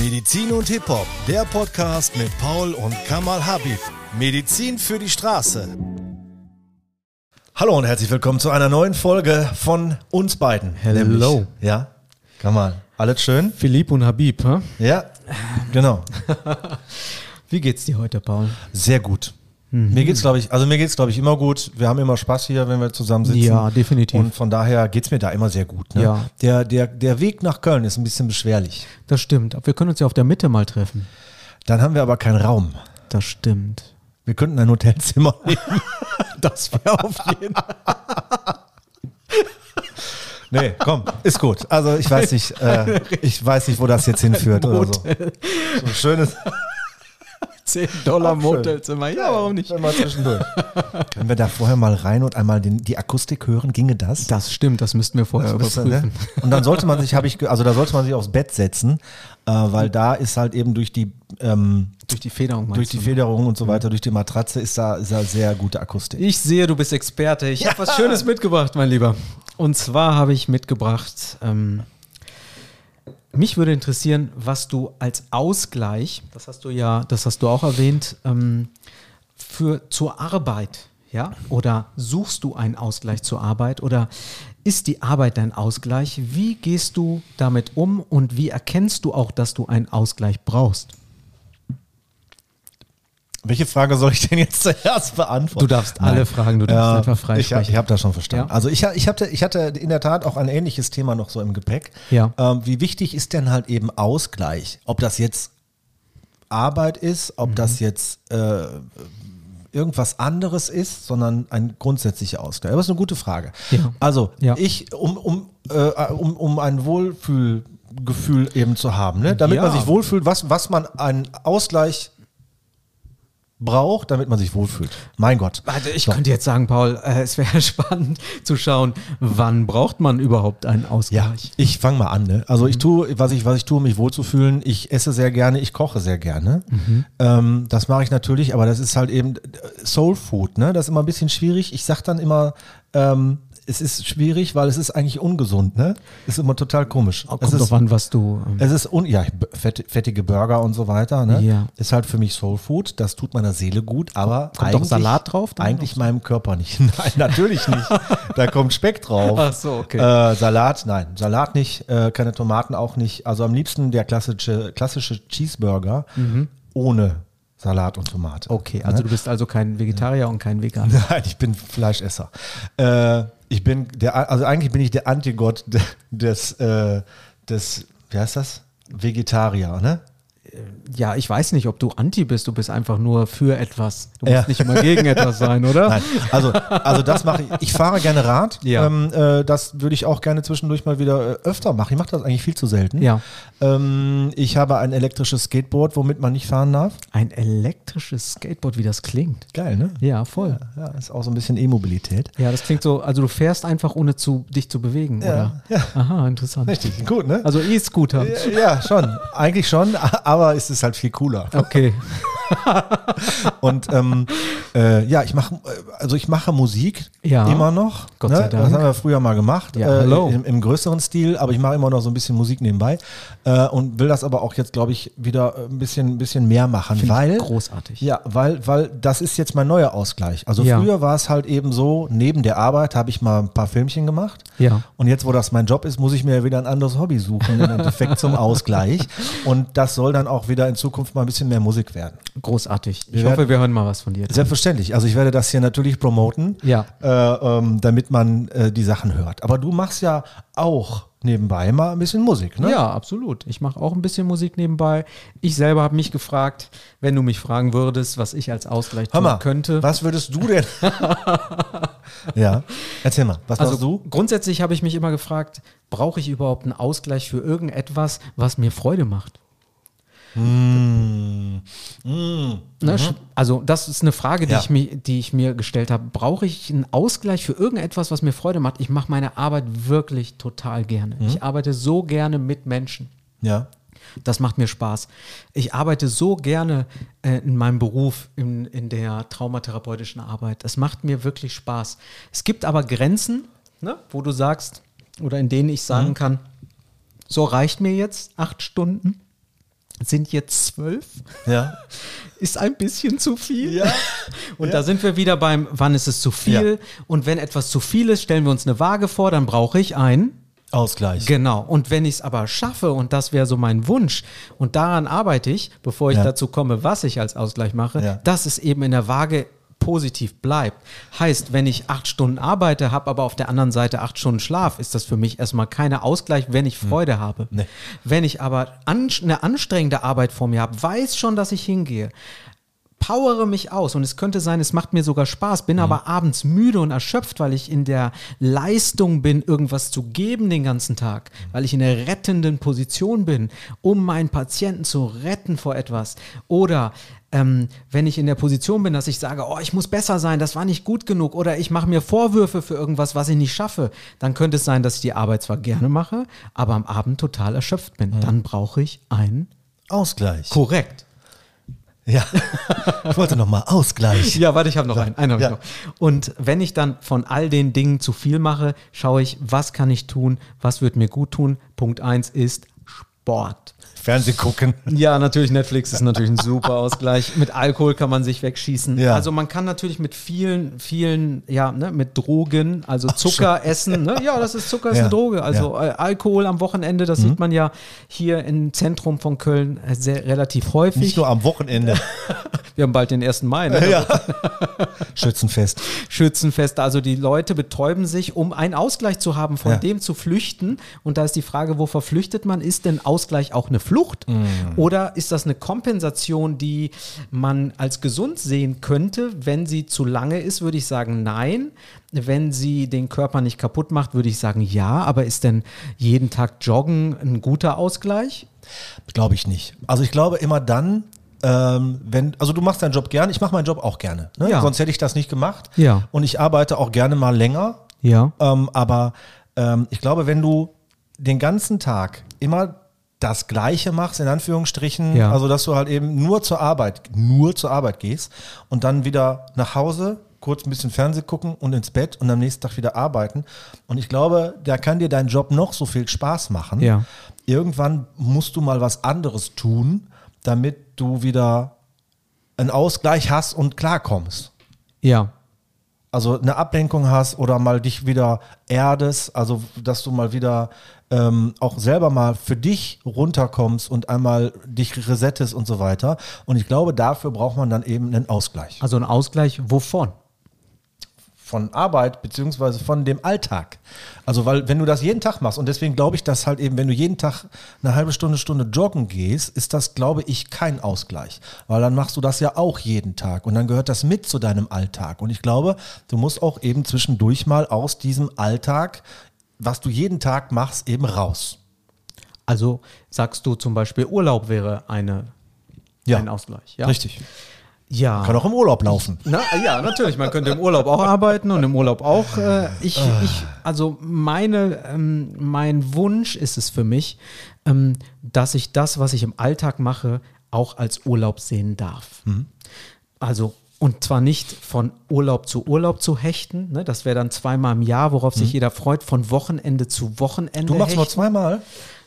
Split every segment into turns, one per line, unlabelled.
Medizin und Hip-Hop, der Podcast mit Paul und Kamal Habib. Medizin für die Straße. Hallo und herzlich willkommen zu einer neuen Folge von uns beiden.
Hello.
Nämlich- Ja, Kamal. Alles schön?
Philipp und Habib, hä?
Ja, genau.
wie geht's dir heute, Paul?
Sehr gut. Mir geht's, glaube ich, also mir geht's, glaube ich, immer gut. Wir haben immer Spaß hier, wenn wir zusammen sitzen.
Ja, definitiv.
Und von daher geht's mir da immer sehr gut. Ne?
Ja.
Der, der, der Weg nach Köln ist ein bisschen beschwerlich.
Das stimmt, aber wir können uns ja auf der Mitte mal treffen.
Dann haben wir aber keinen Raum.
Das stimmt.
Wir könnten ein Hotelzimmer nehmen. Das wäre auf jeden Fall. Nee, komm, ist gut. Also ich weiß nicht, äh, ich weiß nicht, wo das jetzt hinführt oder so. So ein schönes
10 Dollar
Motelzimmer. Mal zwischendurch. Wenn wir da vorher mal rein und einmal den, die Akustik hören, ginge das?
Das stimmt, das müssten wir vorher
Das müsste,
überprüfen.
ne? Und dann sollte man sich, habe ich, ge- also da sollte man sich aufs Bett setzen, äh, weil da ist halt eben durch die ähm,
ne? Durch die Federung meinst
durch die
du?
Federung und so weiter, durch die Matratze ist da, ist da sehr gute Akustik.
Ich sehe, du bist Experte. Ich habe was Schönes mitgebracht, mein Lieber. Und zwar habe ich mitgebracht, ähm, mich würde interessieren, was du als Ausgleich, das hast du ja, das hast du auch erwähnt, ähm, für zur Arbeit, ja? Oder suchst du einen Ausgleich zur Arbeit? Oder ist die Arbeit dein Ausgleich? Wie gehst du damit um und wie erkennst du auch, dass du einen Ausgleich brauchst?
Welche Frage soll ich denn jetzt zuerst beantworten?
Du darfst alle fragen, du darfst einfach frei
ich,
sprechen.
Ich habe das schon verstanden.
Ja.
Also ich, ha- ich, hatte, ich hatte in der Tat auch ein ähnliches Thema noch so im Gepäck.
Ja.
Ähm, wie wichtig ist denn halt eben Ausgleich? Ob das jetzt Arbeit ist,
Mhm.
ob das jetzt äh, irgendwas anderes ist, sondern ein grundsätzlicher Ausgleich. Aber das ist eine gute Frage.
Ja.
Also
Ja.
ich, um, um, äh, um, um ein Wohlfühlgefühl eben zu haben, ne? damit
Ja.
man sich wohlfühlt, was, was man einen Ausgleich braucht, damit man sich wohlfühlt. Mein Gott.
Also ich
So.
könnte jetzt sagen, Paul, äh, es wäre spannend zu schauen, wann braucht man überhaupt einen
Ja,
Ausgleich?
ich fange mal an. Ne? Also ich tue, was ich, was ich tue, um mich wohlzufühlen. Ich esse sehr gerne, ich koche sehr gerne. Ähm, das mache ich natürlich, aber das ist halt eben Soul Food. Ne? Das ist immer ein bisschen schwierig. Ich sage dann immer, ähm, es ist schwierig, weil es ist eigentlich ungesund. Ne? Ist immer total komisch.
Kommt
es ist,
drauf an, was du. Ähm,
es ist un ja, b- fett, fettige Burger und so weiter. Ne?
Ja.
Ist halt für mich Soul Food. Das tut meiner Seele gut, aber
Kommt auch Salat drauf dann?
Eigentlich meinem Körper nicht. Nein, natürlich nicht. da kommt Speck drauf.
Ach so, okay.
Äh, Salat, nein, Salat nicht, äh, keine Tomaten auch nicht. Also am liebsten der klassische, klassische Cheeseburger ohne Salat und Tomate.
Mhm.
ne?
okay, also du bist also kein Vegetarier und kein Veganer.
Nein, ich bin Fleischesser. Äh, ich bin der, also eigentlich bin ich der Antigott de- des, äh, des, wie heißt das? Vegetarier, ne?
Ja, ich weiß nicht, ob du anti bist, du bist einfach nur für etwas. Du
Ja.
musst nicht immer gegen etwas sein, oder?
Nein, also, also das mache ich. Ich fahre gerne Rad.
Ja.
Ähm, äh, das würde ich auch gerne zwischendurch mal wieder äh, öfter machen. Ich mache das eigentlich viel zu selten.
Ja.
Ähm, ich habe ein elektrisches Skateboard, womit man nicht fahren darf.
Ein elektrisches Skateboard, wie das klingt.
Geil, ne?
Ja, voll.
Ja, ist auch so ein bisschen E-Mobilität.
Ja, das klingt so, also du fährst einfach ohne zu, dich zu bewegen, oder?
ja.
Aha, interessant.
Richtig, gut, ne?
Also E-Scooter.
Ja, ja, schon. Eigentlich schon, aber es ist halt viel cooler.
Okay.
Und ähm, äh, ja, ich mache, also ich mache Musik
Ja.
immer noch. ne?
Gott sei Dank.
Das haben wir früher mal gemacht, äh,
Ja, hello.
Im, im größeren Stil, aber ich mache immer noch so ein bisschen Musik nebenbei äh, und will das aber auch jetzt, glaube ich, wieder ein bisschen, ein bisschen mehr machen,
Finde ich
weil
großartig.
Ja, weil, weil das ist jetzt mein neuer Ausgleich. Also
Ja.
früher war es halt eben so, neben der Arbeit habe ich mal ein paar Filmchen gemacht.
Ja.
Und jetzt, wo das mein Job ist, muss ich mir wieder ein anderes Hobby suchen, im Endeffekt zum Ausgleich. Und das soll dann auch wieder in Zukunft mal ein bisschen mehr Musik werden.
Großartig. Ich
Wir
hoffe, wir hören mal was von dir.
Selbstverständlich. Also ich werde das hier natürlich promoten,
Ja.
äh, ähm, damit man äh, die Sachen hört. Aber du machst ja auch nebenbei mal ein bisschen Musik, ne?
Ja, absolut. Ich mache auch ein bisschen Musik nebenbei. Ich selber habe mich gefragt, wenn du mich fragen würdest, was ich als Ausgleich
Hör mal,
tun könnte.
was würdest du denn? ja, erzähl mal, was machst
Also
du?
grundsätzlich habe ich mich immer gefragt, brauche ich überhaupt einen Ausgleich für irgendetwas, was mir Freude macht?
Hm.
Ne, sch- Also das ist eine Frage, die,
Mhm. Ja.
ich, mir, die ich mir gestellt habe. Brauche ich einen Ausgleich für irgendetwas, was mir Freude macht? Ich mache meine Arbeit wirklich total gerne.
Mhm.
Ich arbeite so gerne mit Menschen.
Ja.
Das macht mir Spaß. Ich arbeite so gerne äh, in meinem Beruf, in, in der traumatherapeutischen Arbeit. Es macht mir wirklich Spaß. Es gibt aber Grenzen, ne, wo du
Mhm.
sagst, oder in denen ich sagen kann, so reicht mir jetzt acht Stunden. sind jetzt zwölf.
Ja.
Ist ein bisschen zu viel.
Ja.
Und
Ja.
da sind wir wieder beim, wann ist es zu viel? Und wenn etwas zu viel ist, stellen wir uns eine Waage vor, dann brauche ich ein.
Ausgleich.
Genau. Und wenn ich es aber schaffe, und das wäre so mein Wunsch, und daran arbeite ich, bevor ich
Ja.
dazu komme, was ich als Ausgleich mache,
Ja.
dass es eben in der Waage positiv bleibt. Heißt, wenn ich acht Stunden arbeite, habe aber auf der anderen Seite acht Stunden Schlaf, ist das für mich erstmal keine Ausgleich, wenn ich Freude
Hm.
habe.
Nee.
Wenn ich aber an, eine anstrengende Arbeit vor mir habe, weiß schon, dass ich hingehe, powere mich aus und es könnte sein, es macht mir sogar Spaß, bin aber abends müde und erschöpft, weil ich in der Leistung bin, irgendwas zu geben den ganzen Tag, weil ich in der rettenden Position bin, um meinen Patienten zu retten vor etwas. Oder ähm, wenn ich in der Position bin, dass ich sage, oh, ich muss besser sein, das war nicht gut genug oder ich mache mir Vorwürfe für irgendwas, was ich nicht schaffe, dann könnte es sein, dass ich die Arbeit zwar gerne mache, aber am Abend total erschöpft bin. Dann brauche ich einen
Ausgleich.
korrekt.
Ja. Ich wollte nochmal Ausgleich.
Ja, warte, ich habe noch einen. einen hab
Ja.
ich noch. Und wenn ich dann von all den Dingen zu viel mache, schaue ich, was kann ich tun, was wird mir gut tun. Punkt eins ist Sport.
Fernseh gucken.
Ja, natürlich, Netflix ist natürlich ein super Ausgleich. Mit Alkohol kann man sich wegschießen.
Ja.
Also man kann natürlich mit vielen, vielen, ja, ne, mit Drogen, also Zucker essen. Ne? Ja, Mhm. das ist Zucker, ist
Ja,
eine Droge. Also äh, Alkohol am Wochenende, das sieht man ja hier im Zentrum von Köln äh, sehr, relativ häufig.
Nicht nur am Wochenende.
Wir haben bald den 1. Mai. Ne?
Schützenfest.
Schützenfest. Also die Leute betäuben sich, um einen Ausgleich zu haben, von
Ja.
dem zu flüchten. Und da ist die Frage, wo verflüchtet man? Ist denn Ausgleich auch eine Flucht? Oder ist das eine Kompensation, die man als gesund sehen könnte? Wenn sie zu lange ist, würde ich sagen, nein. Wenn sie den Körper nicht kaputt macht, würde ich sagen, ja. Aber ist denn jeden Tag Joggen ein guter Ausgleich?
Glaube ich nicht. Also ich glaube immer dann, ähm, wenn, also du machst deinen Job gerne, ich mache meinen Job auch gerne. Ne?
Ja.
Sonst hätte ich das nicht gemacht.
Ja.
Und ich arbeite auch gerne mal länger.
Ja.
Ähm, aber ähm, ich glaube, wenn du den ganzen Tag immer das Gleiche machst, in Anführungsstrichen,
Ja.
also dass du halt eben nur zur Arbeit, nur zur Arbeit gehst und dann wieder nach Hause, kurz ein bisschen Fernsehen gucken und ins Bett und am nächsten Tag wieder arbeiten. Und ich glaube, da kann dir dein Job noch so viel Spaß machen.
Ja.
Irgendwann musst du mal was anderes tun, damit du wieder einen Ausgleich hast und klarkommst
Ja.
also eine Ablenkung hast oder mal dich wieder erdest, also dass du mal wieder ähm, auch selber mal für dich runterkommst und einmal dich resettest und so weiter. Und ich glaube, dafür braucht man dann eben einen Ausgleich
Also ein Ausgleich wovon?
von Arbeit beziehungsweise von dem Alltag. Also weil wenn du das jeden Tag machst und deswegen glaube ich, dass halt eben, wenn du jeden Tag eine halbe Stunde, Stunde joggen gehst, ist das, glaube ich, kein Ausgleich, weil dann machst du das ja auch jeden Tag und dann gehört das mit zu deinem Alltag. Und ich glaube, du musst auch eben zwischendurch mal aus diesem Alltag, was du jeden Tag machst, eben raus.
Also sagst du zum Beispiel, Urlaub wäre eine,
Ja.
ein Ausgleich. Ja.
Richtig.
Ja.
Kann auch im Urlaub laufen.
Na, ja, natürlich. Man könnte im Urlaub auch arbeiten und im Urlaub auch. Äh, ich,
Ah.
ich, also meine, ähm, mein Wunsch ist es für mich, ähm, dass ich das, was ich im Alltag mache, auch als Urlaub sehen darf.
Mhm.
Also und zwar nicht von Urlaub zu Urlaub zu hechten. Ne? Das wäre dann zweimal im Jahr, worauf sich jeder freut, von Wochenende zu Wochenende.
Mhm. Du machst
hechten.
nur zweimal.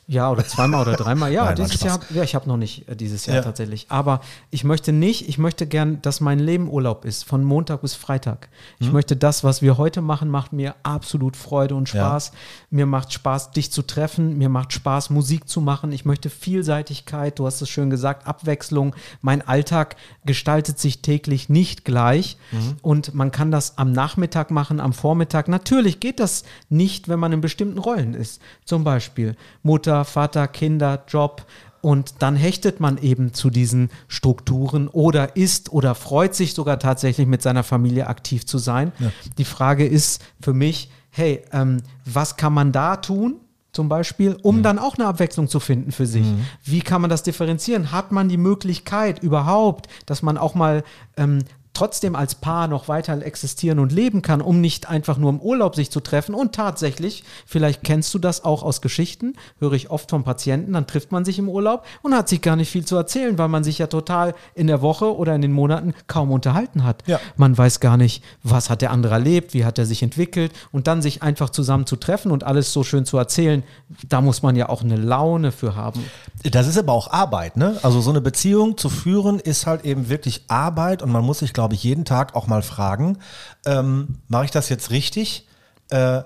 Ja, oder zweimal oder dreimal. Ja,
Nein, war ein
dieses
Spaß.
Jahr. Ja, ich habe noch nicht äh, dieses Jahr
Ja.
tatsächlich. Aber ich möchte nicht, ich möchte gern, dass mein Leben Urlaub ist, von Montag bis Freitag.
Mhm.
Ich möchte das, was wir heute machen, macht mir absolut Freude und Spaß. Mir macht Spaß, dich zu treffen. Mir macht Spaß, Musik zu machen. Ich möchte Vielseitigkeit. Du hast es schön gesagt, Abwechslung. Mein Alltag gestaltet sich täglich nicht gleich. Und man kann das am Nachmittag machen, am Vormittag. Natürlich geht das nicht, wenn man in bestimmten Rollen ist. Zum Beispiel Mutter, Vater, Kinder, Job. Und dann hechtet man eben zu diesen Strukturen oder ist oder freut sich sogar tatsächlich mit seiner Familie aktiv zu sein. Die Frage ist für mich, hey, ähm, was kann man da tun? Zum Beispiel, um dann auch eine Abwechslung zu finden für sich. Wie kann man das differenzieren? Hat man die Möglichkeit überhaupt, dass man auch mal ähm, trotzdem als Paar noch weiter existieren und leben kann, um nicht einfach nur im Urlaub sich zu treffen. Und tatsächlich, vielleicht kennst du das auch aus Geschichten, höre ich oft von Patienten, dann trifft man sich im Urlaub und hat sich gar nicht viel zu erzählen, weil man sich ja total in der Woche oder in den Monaten kaum unterhalten hat.
Ja.
Man weiß gar nicht, was hat der andere erlebt, wie hat er sich entwickelt und dann sich einfach zusammen zu treffen und alles so schön zu erzählen, da muss man ja auch eine Laune für haben.
Das ist aber auch Arbeit, ne? Also so eine Beziehung zu führen ist halt eben wirklich Arbeit und man muss sich, glaube ich, jeden Tag auch mal fragen, ähm, mache ich das jetzt richtig? Äh,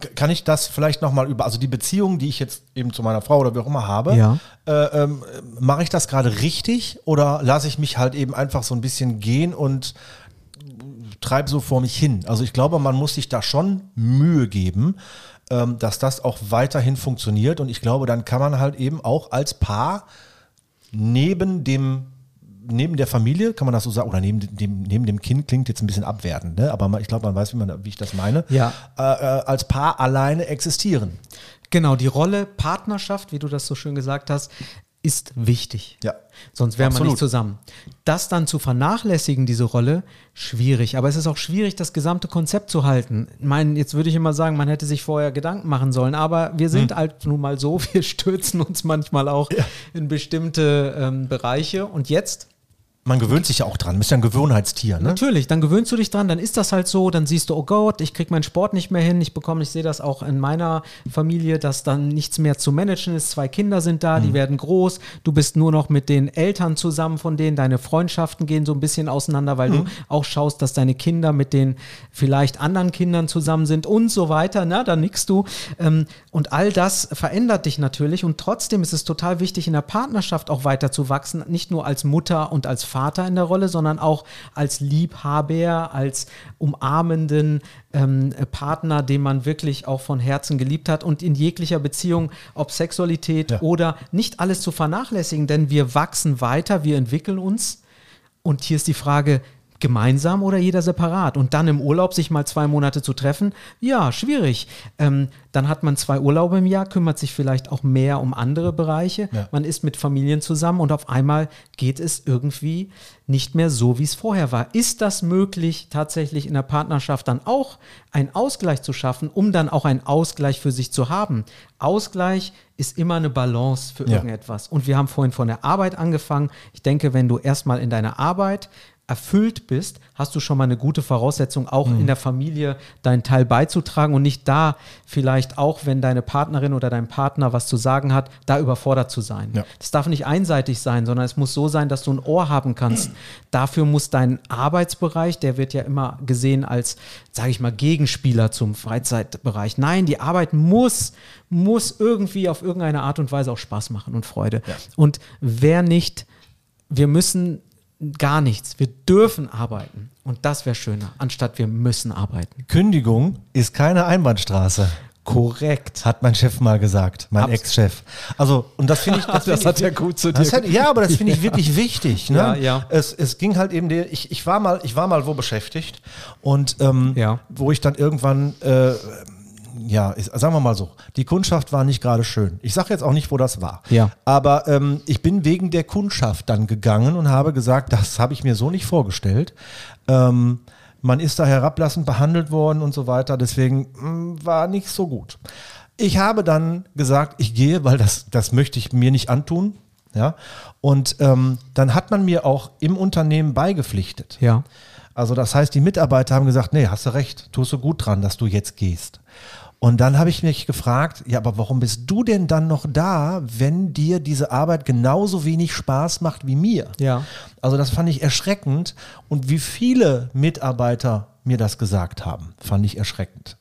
k- kann ich das vielleicht nochmal über, also die Beziehung, die ich jetzt eben zu meiner Frau oder wie auch immer habe,
Ja.
äh, ähm, mache ich das gerade richtig oder lasse ich mich halt eben einfach so ein bisschen gehen und treibe so vor mich hin? Also ich glaube, man muss sich da schon Mühe geben, ähm, dass das auch weiterhin funktioniert und ich glaube, dann kann man halt eben auch als Paar neben dem neben der Familie, kann man das so sagen, oder neben dem, neben dem Kind klingt jetzt ein bisschen abwertend, ne? aber man- ich glaube, man weiß, wie, man, wie ich das meine,
Ja.
äh, äh, als Paar alleine existieren.
Genau, die Rolle Partnerschaft, wie du das so schön gesagt hast, ist wichtig.
Ja.
Sonst wären wir
Absolut.
nicht zusammen. Das dann zu vernachlässigen, diese Rolle, schwierig. Aber es ist auch schwierig, das gesamte Konzept zu halten. Ich meine, jetzt würde ich immer sagen, man hätte sich vorher Gedanken machen sollen. Aber wir
Hm.
sind halt nun mal so, wir stürzen uns manchmal auch in bestimmte ähm, Bereiche. Und jetzt
Man gewöhnt sich ja auch dran, ist ja ein Gewohnheitstier. Ne?
Natürlich, dann gewöhnst du dich dran, dann ist das halt so, dann siehst du, oh Gott, ich krieg meinen Sport nicht mehr hin, ich bekomme, ich sehe das auch in meiner Familie, dass dann nichts mehr zu managen ist, zwei Kinder sind da, die werden groß, du bist nur noch mit den Eltern zusammen von denen, deine Freundschaften gehen so ein bisschen auseinander, weil du auch schaust, dass deine Kinder mit den vielleicht anderen Kindern zusammen sind und so weiter, na, da nickst du. Ähm, und all das verändert dich natürlich und trotzdem ist es total wichtig, in der Partnerschaft auch weiter zu wachsen, nicht nur als Mutter und als Vater in der Rolle, sondern auch als Liebhaber, als umarmenden ähm, Partner, den man wirklich auch von Herzen geliebt hat und in jeglicher Beziehung, ob Sexualität
Ja.
oder nicht alles zu vernachlässigen, denn wir wachsen weiter, wir entwickeln uns. Und hier ist die Frage, gemeinsam oder jeder separat? Und dann im Urlaub sich mal zwei Monate zu treffen? Ja, schwierig. Ähm, dann hat man zwei Urlaube im Jahr, kümmert sich vielleicht auch mehr um andere Bereiche.
Ja.
Man ist mit Familien zusammen und auf einmal geht es irgendwie nicht mehr so, wie es vorher war. Ist das möglich, tatsächlich in der Partnerschaft dann auch einen Ausgleich zu schaffen, um dann auch einen Ausgleich für sich zu haben? Ausgleich ist immer eine Balance für
Ja.
irgendetwas etwas. Und wir haben vorhin von der Arbeit angefangen. Ich denke, wenn du erstmal in deiner Arbeit erfüllt bist, hast du schon mal eine gute Voraussetzung, auch
Mhm.
in der Familie deinen Teil beizutragen und nicht da vielleicht auch, wenn deine Partnerin oder dein Partner was zu sagen hat, da überfordert zu sein.
Ja.
Das darf nicht einseitig sein, sondern es muss so sein, dass du ein Ohr haben kannst. Dafür muss dein Arbeitsbereich, der wird ja immer gesehen als, sage ich mal, Gegenspieler zum Freizeitbereich. Nein, die Arbeit muss, muss irgendwie auf irgendeine Art und Weise auch Spaß machen und Freude. Und wer nicht, wir müssen gar nichts, wir dürfen arbeiten. Und das wäre schöner, anstatt wir müssen arbeiten.
Kündigung ist keine Einbahnstraße.
Korrekt.
Hat mein Chef mal gesagt, mein
Abs-
Ex-Chef. Also, und das finde ich, das, find ich,
gut zu
Das hat, ja, aber das finde ich wirklich wichtig. Ne?
Ja, ja.
Es, es ging halt eben, der, ich, ich, war mal, ich war mal wo beschäftigt und ähm,
Ja.
wo ich dann irgendwann, äh, ja, ist, sagen wir mal so, die Kundschaft war nicht gerade schön. Ich sage jetzt auch nicht, wo das war.
Ja.
Aber ähm, ich bin wegen der Kundschaft dann gegangen und habe gesagt, das habe ich mir so nicht vorgestellt. Ähm, man ist da herablassend behandelt worden und so weiter. Deswegen mh, war nicht so gut. Ich habe dann gesagt, ich gehe, weil das, das möchte ich mir nicht antun. Ja. Und ähm, dann hat man mir auch im Unternehmen beigepflichtet.
ja.
Also das heißt, die Mitarbeiter haben gesagt, nee, hast du recht, tust du gut dran, dass du jetzt gehst. Und dann habe ich mich gefragt, ja, aber warum bist du denn dann noch da, wenn dir diese Arbeit genauso wenig Spaß macht wie mir?
Ja.
Also das fand ich erschreckend und wie viele Mitarbeiter mir das gesagt haben, fand ich erschreckend.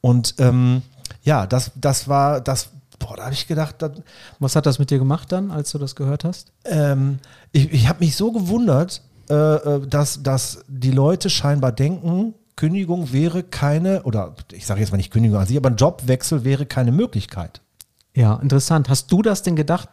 Und ähm, ja, das, das war, das, boah, da habe ich gedacht, das,
Was hat das mit dir gemacht dann, als du das gehört hast?
ähm, ich, ich habe mich so gewundert, äh, äh, dass, dass die Leute scheinbar denken, Kündigung wäre keine, oder ich sage jetzt mal nicht Kündigung an sich, aber ein Jobwechsel wäre keine Möglichkeit.
Ja, interessant. Hast du das denn gedacht,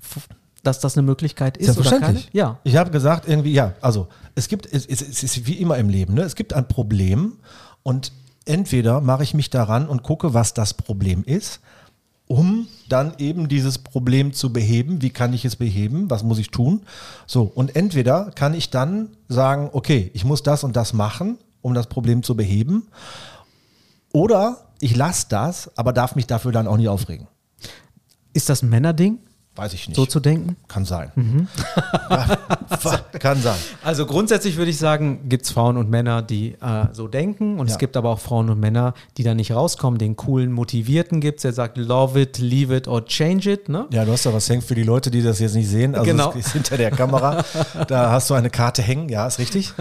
f- dass das eine Möglichkeit ist? Oder keine? Ja.
Ich habe gesagt, irgendwie, ja, also es gibt, es, es, es ist wie immer im Leben, ne? es gibt ein Problem und entweder mache ich mich daran und gucke, was das Problem ist, um dann eben dieses Problem zu beheben. Wie kann ich es beheben? Was muss ich tun? So, und entweder kann ich dann sagen, okay, ich muss das und das machen, um das Problem zu beheben. Oder ich lasse das, aber darf mich dafür dann auch nicht aufregen.
Ist das ein Männerding,
Weiß ich nicht.
so zu denken?
kann sein. ja, kann sein.
Also grundsätzlich würde ich sagen, gibt es Frauen und Männer, die äh, so denken. Und
Ja.
es gibt aber auch Frauen und Männer, die da nicht rauskommen. Den coolen, motivierten gibt es, der sagt, love it, leave it or change it. Ne?
Ja, du hast da was hängen für die Leute, die das jetzt nicht sehen. Also
Genau.
es ist hinter der Kamera. Da hast du eine Karte hängen. Ja, ist richtig.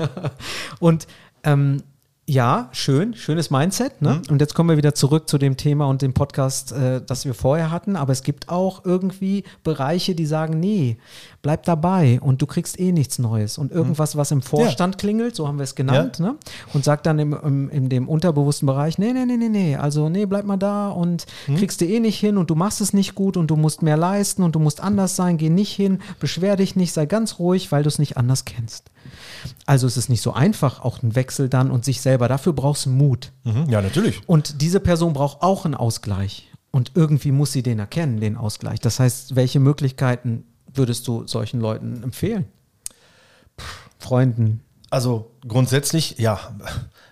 Und ähm, ja, schön, schönes Mindset. Ne? Und jetzt kommen wir wieder zurück zu dem Thema und dem Podcast, äh, das wir vorher hatten. Aber es gibt auch irgendwie Bereiche, die sagen, nee, bleib dabei und du kriegst eh nichts Neues. Und irgendwas, was im Vorstand klingelt, so haben wir es genannt, ne? und sagt dann im, im, in dem unterbewussten Bereich, nee, nee, nee, nee, nee, also nee, bleib mal da und kriegst du eh nicht hin und du machst es nicht gut und du musst mehr leisten und du musst anders sein, geh nicht hin, beschwer dich nicht, sei ganz ruhig, weil du es nicht anders kennst. Also es ist nicht so einfach, auch ein Wechsel dann und sich selber. Dafür brauchst du Mut.
Mhm. Ja, natürlich.
Und diese Person braucht auch einen Ausgleich. Und irgendwie muss sie den erkennen, den Ausgleich. Das heißt, welche Möglichkeiten würdest du solchen Leuten empfehlen? Freunden.
Also grundsätzlich, ja.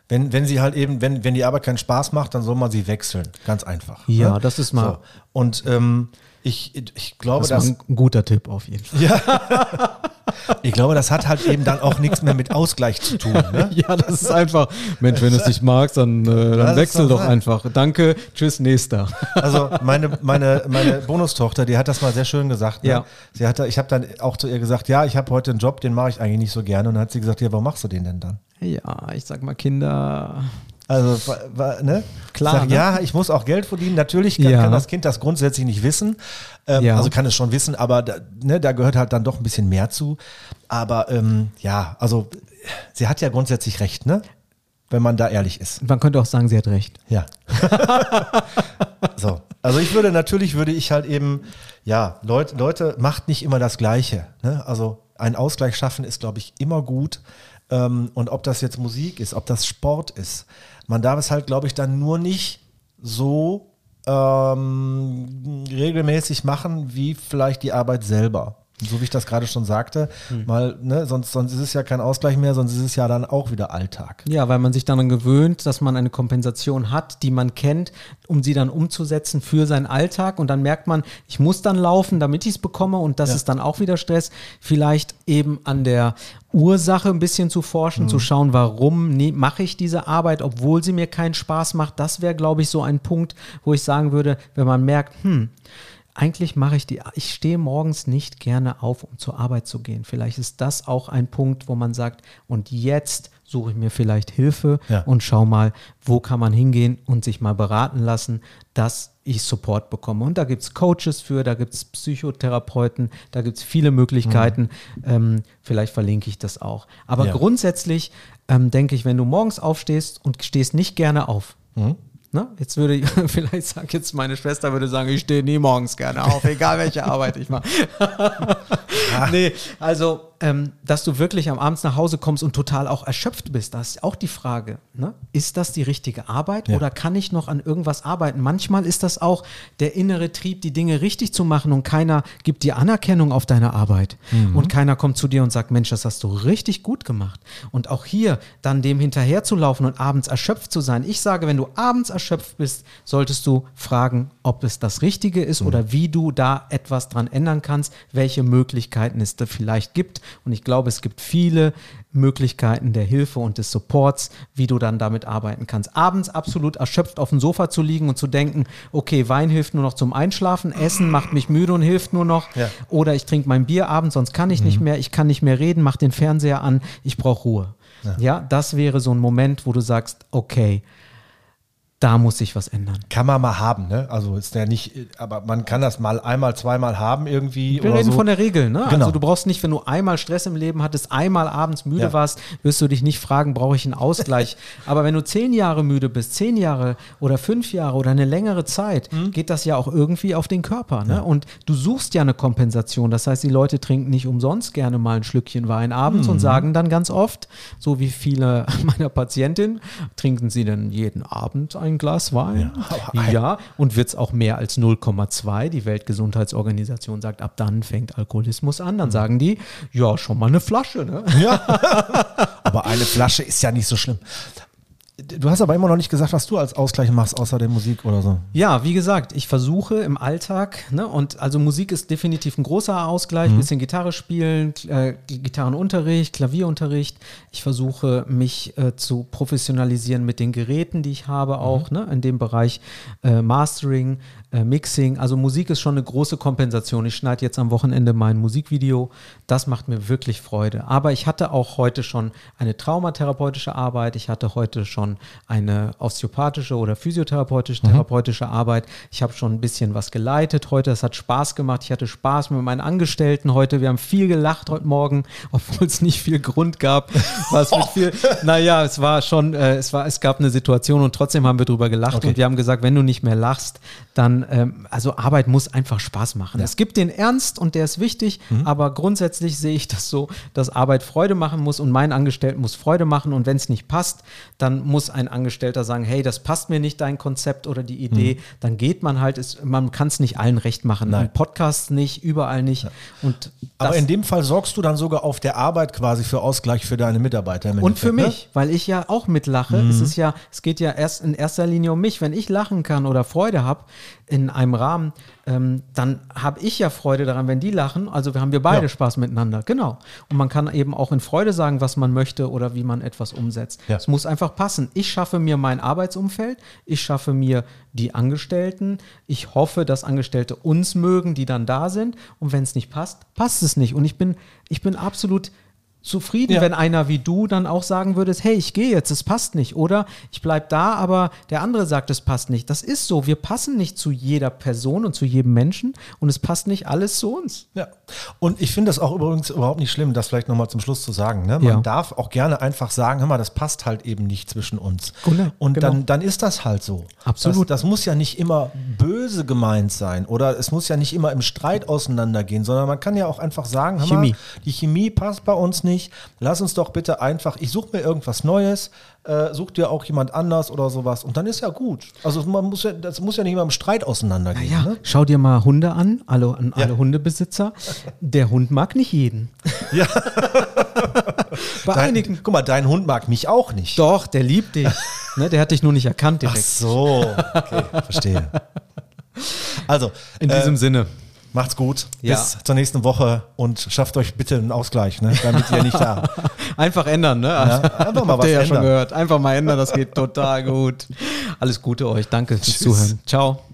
Wenn, wenn sie halt eben, wenn, wenn die Arbeit keinen Spaß macht, dann soll man sie wechseln. Ganz einfach. ne?
Ja, das ist mal-
So. Und ähm, ich, ich glaube,
Das ist
dass.
ein ein guter Tipp auf jeden Fall.
Ich glaube, das hat halt eben dann auch nichts mehr mit Ausgleich zu tun. Ne?
Ja, das ist einfach. Mensch, wenn du es nicht magst, dann,
Lass es wechsel doch doch sein.
einfach. Danke, tschüss, nächster.
Also meine, meine, meine Bonustochter, die hat das mal sehr schön gesagt. Ne?
Ja.
Sie hat, da- ich habe dann auch zu ihr gesagt, ja, ich habe heute einen Job, den mache ich eigentlich nicht so gerne. Und dann hat sie gesagt, ja, warum machst du den denn dann?
Ja, ich sag mal, Kinder.
Also, wa- wa- ne?
Klar,
Ich Sag,
ne?
Ja, ich muss auch Geld verdienen. Natürlich kann,
Ja.
kann das Kind das grundsätzlich nicht wissen. Ähm,
Ja.
Also kann es schon wissen, aber da, ne, da gehört halt dann doch ein bisschen mehr zu. Aber ähm, ja, also sie hat ja grundsätzlich recht, ne? Wenn man da ehrlich ist.
Man könnte auch sagen, sie hat recht.
Ja. so. Also ich würde natürlich würde ich halt eben, ja, Leut, Leute, macht nicht immer das Gleiche. Ne? Also einen Ausgleich schaffen ist, glaube ich, immer gut. Ähm, und ob das jetzt Musik ist, ob das Sport ist, man darf es halt, glaube ich, dann nur nicht so ähm, regelmäßig machen, wie vielleicht die Arbeit selber. So wie ich das gerade schon sagte, weil, ne, sonst, sonst ist es ja kein Ausgleich mehr, sonst ist es ja dann auch wieder Alltag.
Ja, weil man sich daran gewöhnt, dass man eine Kompensation hat, die man kennt, um sie dann umzusetzen für seinen Alltag. Und dann merkt man, ich muss dann laufen, damit ich es bekomme. Und das
Ja.
ist dann auch wieder Stress. Vielleicht eben an der Ursache ein bisschen zu forschen, zu schauen, warum ne, mache ich diese Arbeit, obwohl sie mir keinen Spaß macht. Das wäre, glaube ich, so ein Punkt, wo ich sagen würde, wenn man merkt, hm, eigentlich mache ich die, ich stehe morgens nicht gerne auf, um zur Arbeit zu gehen. Vielleicht ist das auch ein Punkt, wo man sagt, und jetzt suche ich mir vielleicht Hilfe
Ja.
und schau mal, wo kann man hingehen und sich mal beraten lassen, dass ich Support bekomme. Und da gibt es Coaches für, da gibt es Psychotherapeuten, da gibt es viele Möglichkeiten. Ähm, vielleicht verlinke ich das auch. Aber
Mhm. Ja.
grundsätzlich ähm, denke ich, wenn du morgens aufstehst und stehst nicht gerne auf,
Mhm.
Ne? Jetzt würde, ich- vielleicht sagt jetzt meine Schwester, würde sagen, ich stehe nie morgens gerne auf, egal welche Arbeit ich mache. nee, also, ähm, dass du wirklich am Abend nach Hause kommst und total auch erschöpft bist, das ist auch die Frage. Ne? Ist das die richtige Arbeit
Ja.
oder kann ich noch an irgendwas arbeiten? Manchmal ist das auch der innere Trieb, die Dinge richtig zu machen und keiner gibt dir Anerkennung auf deine Arbeit und keiner kommt zu dir und sagt, Mensch, das hast du richtig gut gemacht. Und auch hier dann dem hinterherzulaufen und abends erschöpft zu sein. Ich sage, wenn du abends erschöpft bist, solltest du fragen, ob es das Richtige ist oder wie du da etwas dran ändern kannst, welche Möglichkeiten es da vielleicht gibt. Und ich glaube, es gibt viele Möglichkeiten der Hilfe und des Supports, wie du dann damit arbeiten kannst. Abends absolut erschöpft auf dem Sofa zu liegen und zu denken, okay, Wein hilft nur noch zum Einschlafen, Essen macht mich müde und hilft nur noch.
Ja.
Oder ich trinke mein Bier abends, sonst kann ich nicht mehr, ich kann nicht mehr reden, mach den Fernseher an, ich brauche Ruhe. Ja. das wäre so ein Moment, wo du sagst, okay, da muss sich was ändern.
Kann man mal haben, ne? Also ist ja nicht, aber man kann das mal einmal, zweimal haben irgendwie.
Wir
oder
reden
so.
von der Regel, ne?
Genau.
Also du brauchst nicht, wenn du einmal Stress im Leben hattest, einmal abends müde
Ja.
warst, wirst du dich nicht fragen, brauche ich einen Ausgleich. Aber wenn du zehn Jahre müde bist, zehn Jahre oder fünf Jahre oder eine längere Zeit,
Mhm.
geht das ja auch irgendwie auf den Körper. Ne? Und du suchst ja eine Kompensation. Das heißt, die Leute trinken nicht umsonst gerne mal ein Schlückchen Wein abends
Mhm.
und sagen dann ganz oft, so wie viele meiner Patientinnen, trinken sie denn jeden Abend ein ein Glas Wein. Ja, und wird es auch mehr als 0,2. Die Weltgesundheitsorganisation sagt, ab dann fängt Alkoholismus an. Dann sagen die, ja, schon mal eine Flasche. Ne?
Aber eine Flasche ist ja nicht so schlimm. Du hast aber immer noch nicht gesagt, was du als Ausgleich machst, außer der Musik oder so.
Ja, wie gesagt, ich versuche im Alltag, ne, und also Musik ist definitiv ein großer Ausgleich, ein bisschen Gitarre spielen, K- äh, Gitarrenunterricht, Klavierunterricht. Ich versuche mich äh, zu professionalisieren mit den Geräten, die ich habe, auch ne, in dem Bereich äh, Mastering, äh, Mixing. Also Musik ist schon eine große Kompensation. Ich schneide jetzt am Wochenende mein Musikvideo. Das macht mir wirklich Freude. Aber ich hatte auch heute schon eine traumatherapeutische Arbeit. Ich hatte heute schon eine osteopathische oder physiotherapeutische therapeutische Arbeit. Ich habe schon ein bisschen was geleitet heute. Es hat Spaß gemacht. Ich hatte Spaß mit meinen Angestellten heute. Wir haben viel gelacht heute Morgen, obwohl es nicht viel Grund gab. Was mit viel, naja, es war schon, äh, es war, es gab eine Situation und trotzdem haben wir drüber gelacht
Okay.
und wir haben gesagt, wenn du nicht mehr lachst, dann, ähm, also Arbeit muss einfach Spaß machen. Es gibt den Ernst und der ist wichtig,
Mhm.
aber grundsätzlich sehe ich das so, dass Arbeit Freude machen muss und mein Angestellten muss Freude machen und wenn es nicht passt, dann muss ein Angestellter sagen, hey, das passt mir nicht, dein Konzept oder die Idee, dann geht man halt, ist, man kann es nicht allen recht machen.
Mhm. Nein.
Im Podcast nicht, überall nicht und
Aber
das-
in dem Fall sorgst du dann sogar auf der Arbeit quasi für Ausgleich für deine Mitarbeiter. im
Und für
Endeffekt, ne? Mhm.
mich, weil ich ja auch mitlache, es ist ja, es geht ja erst in erster Linie um mich. Wenn ich lachen kann oder Freude habe in einem Rahmen, ähm, dann habe ich ja Freude daran, wenn die lachen. Also wir haben wir beide
Ja.
Spaß miteinander, genau. Und man kann eben auch in Freude sagen, was man möchte oder wie man etwas umsetzt.
Ja.
Es muss einfach passen. Ich schaffe mir mein Arbeitsumfeld, ich schaffe mir die Angestellten. Ich hoffe, dass Angestellte uns mögen, die dann da sind. Und wenn es nicht passt, passt es nicht. Und ich bin, ich bin absolut zufrieden,
Ja.
wenn einer wie du dann auch sagen würdest, hey, ich gehe jetzt, es passt nicht, oder ich bleib da, aber der andere sagt, es passt nicht. Das ist so, wir passen nicht zu jeder Person und zu jedem Menschen und es passt nicht alles zu uns.
Ja. Und ich finde das auch übrigens überhaupt nicht schlimm, das vielleicht nochmal zum Schluss zu sagen. Ne? Man
Ja.
darf auch gerne einfach sagen, hör mal, das passt halt eben nicht zwischen uns.
Genau,
Und
genau.
dann, dann ist das halt so.
Absolut.
Das, das muss ja nicht immer böse gemeint sein oder es muss ja nicht immer im Streit auseinandergehen, sondern man kann ja auch einfach sagen, hör
Chemie.
mal, die Chemie passt bei uns nicht. Lass uns doch bitte einfach, ich suche mir irgendwas Neues, äh, such dir auch jemand anders oder sowas. Und dann ist ja gut. Also man muss ja, das muss ja nicht immer im Streit auseinandergehen.
Ja,
ne?
schau dir mal Hunde an, alle, an alle
Ja.
Hundebesitzer. Der Hund mag nicht jeden.
Ja.
Bei einigen
Dein, guck mal, dein Hund mag mich auch nicht.
Doch, der liebt dich. ne, der hat dich nur nicht erkannt
Ach
direkt.
so, okay, verstehe. Also,
In
äh,
diesem Sinne.
macht's gut.
Ja.
Bis zur nächsten Woche und schafft euch bitte einen Ausgleich, ne, damit ihr nicht da.
Einfach ändern, ne?
einfach mal
Habt
was
ihr ja schon
ändern.
gehört. Einfach mal ändern, das geht total gut. Alles Gute euch. Danke fürs
Tschüss.
Zuhören. Ciao.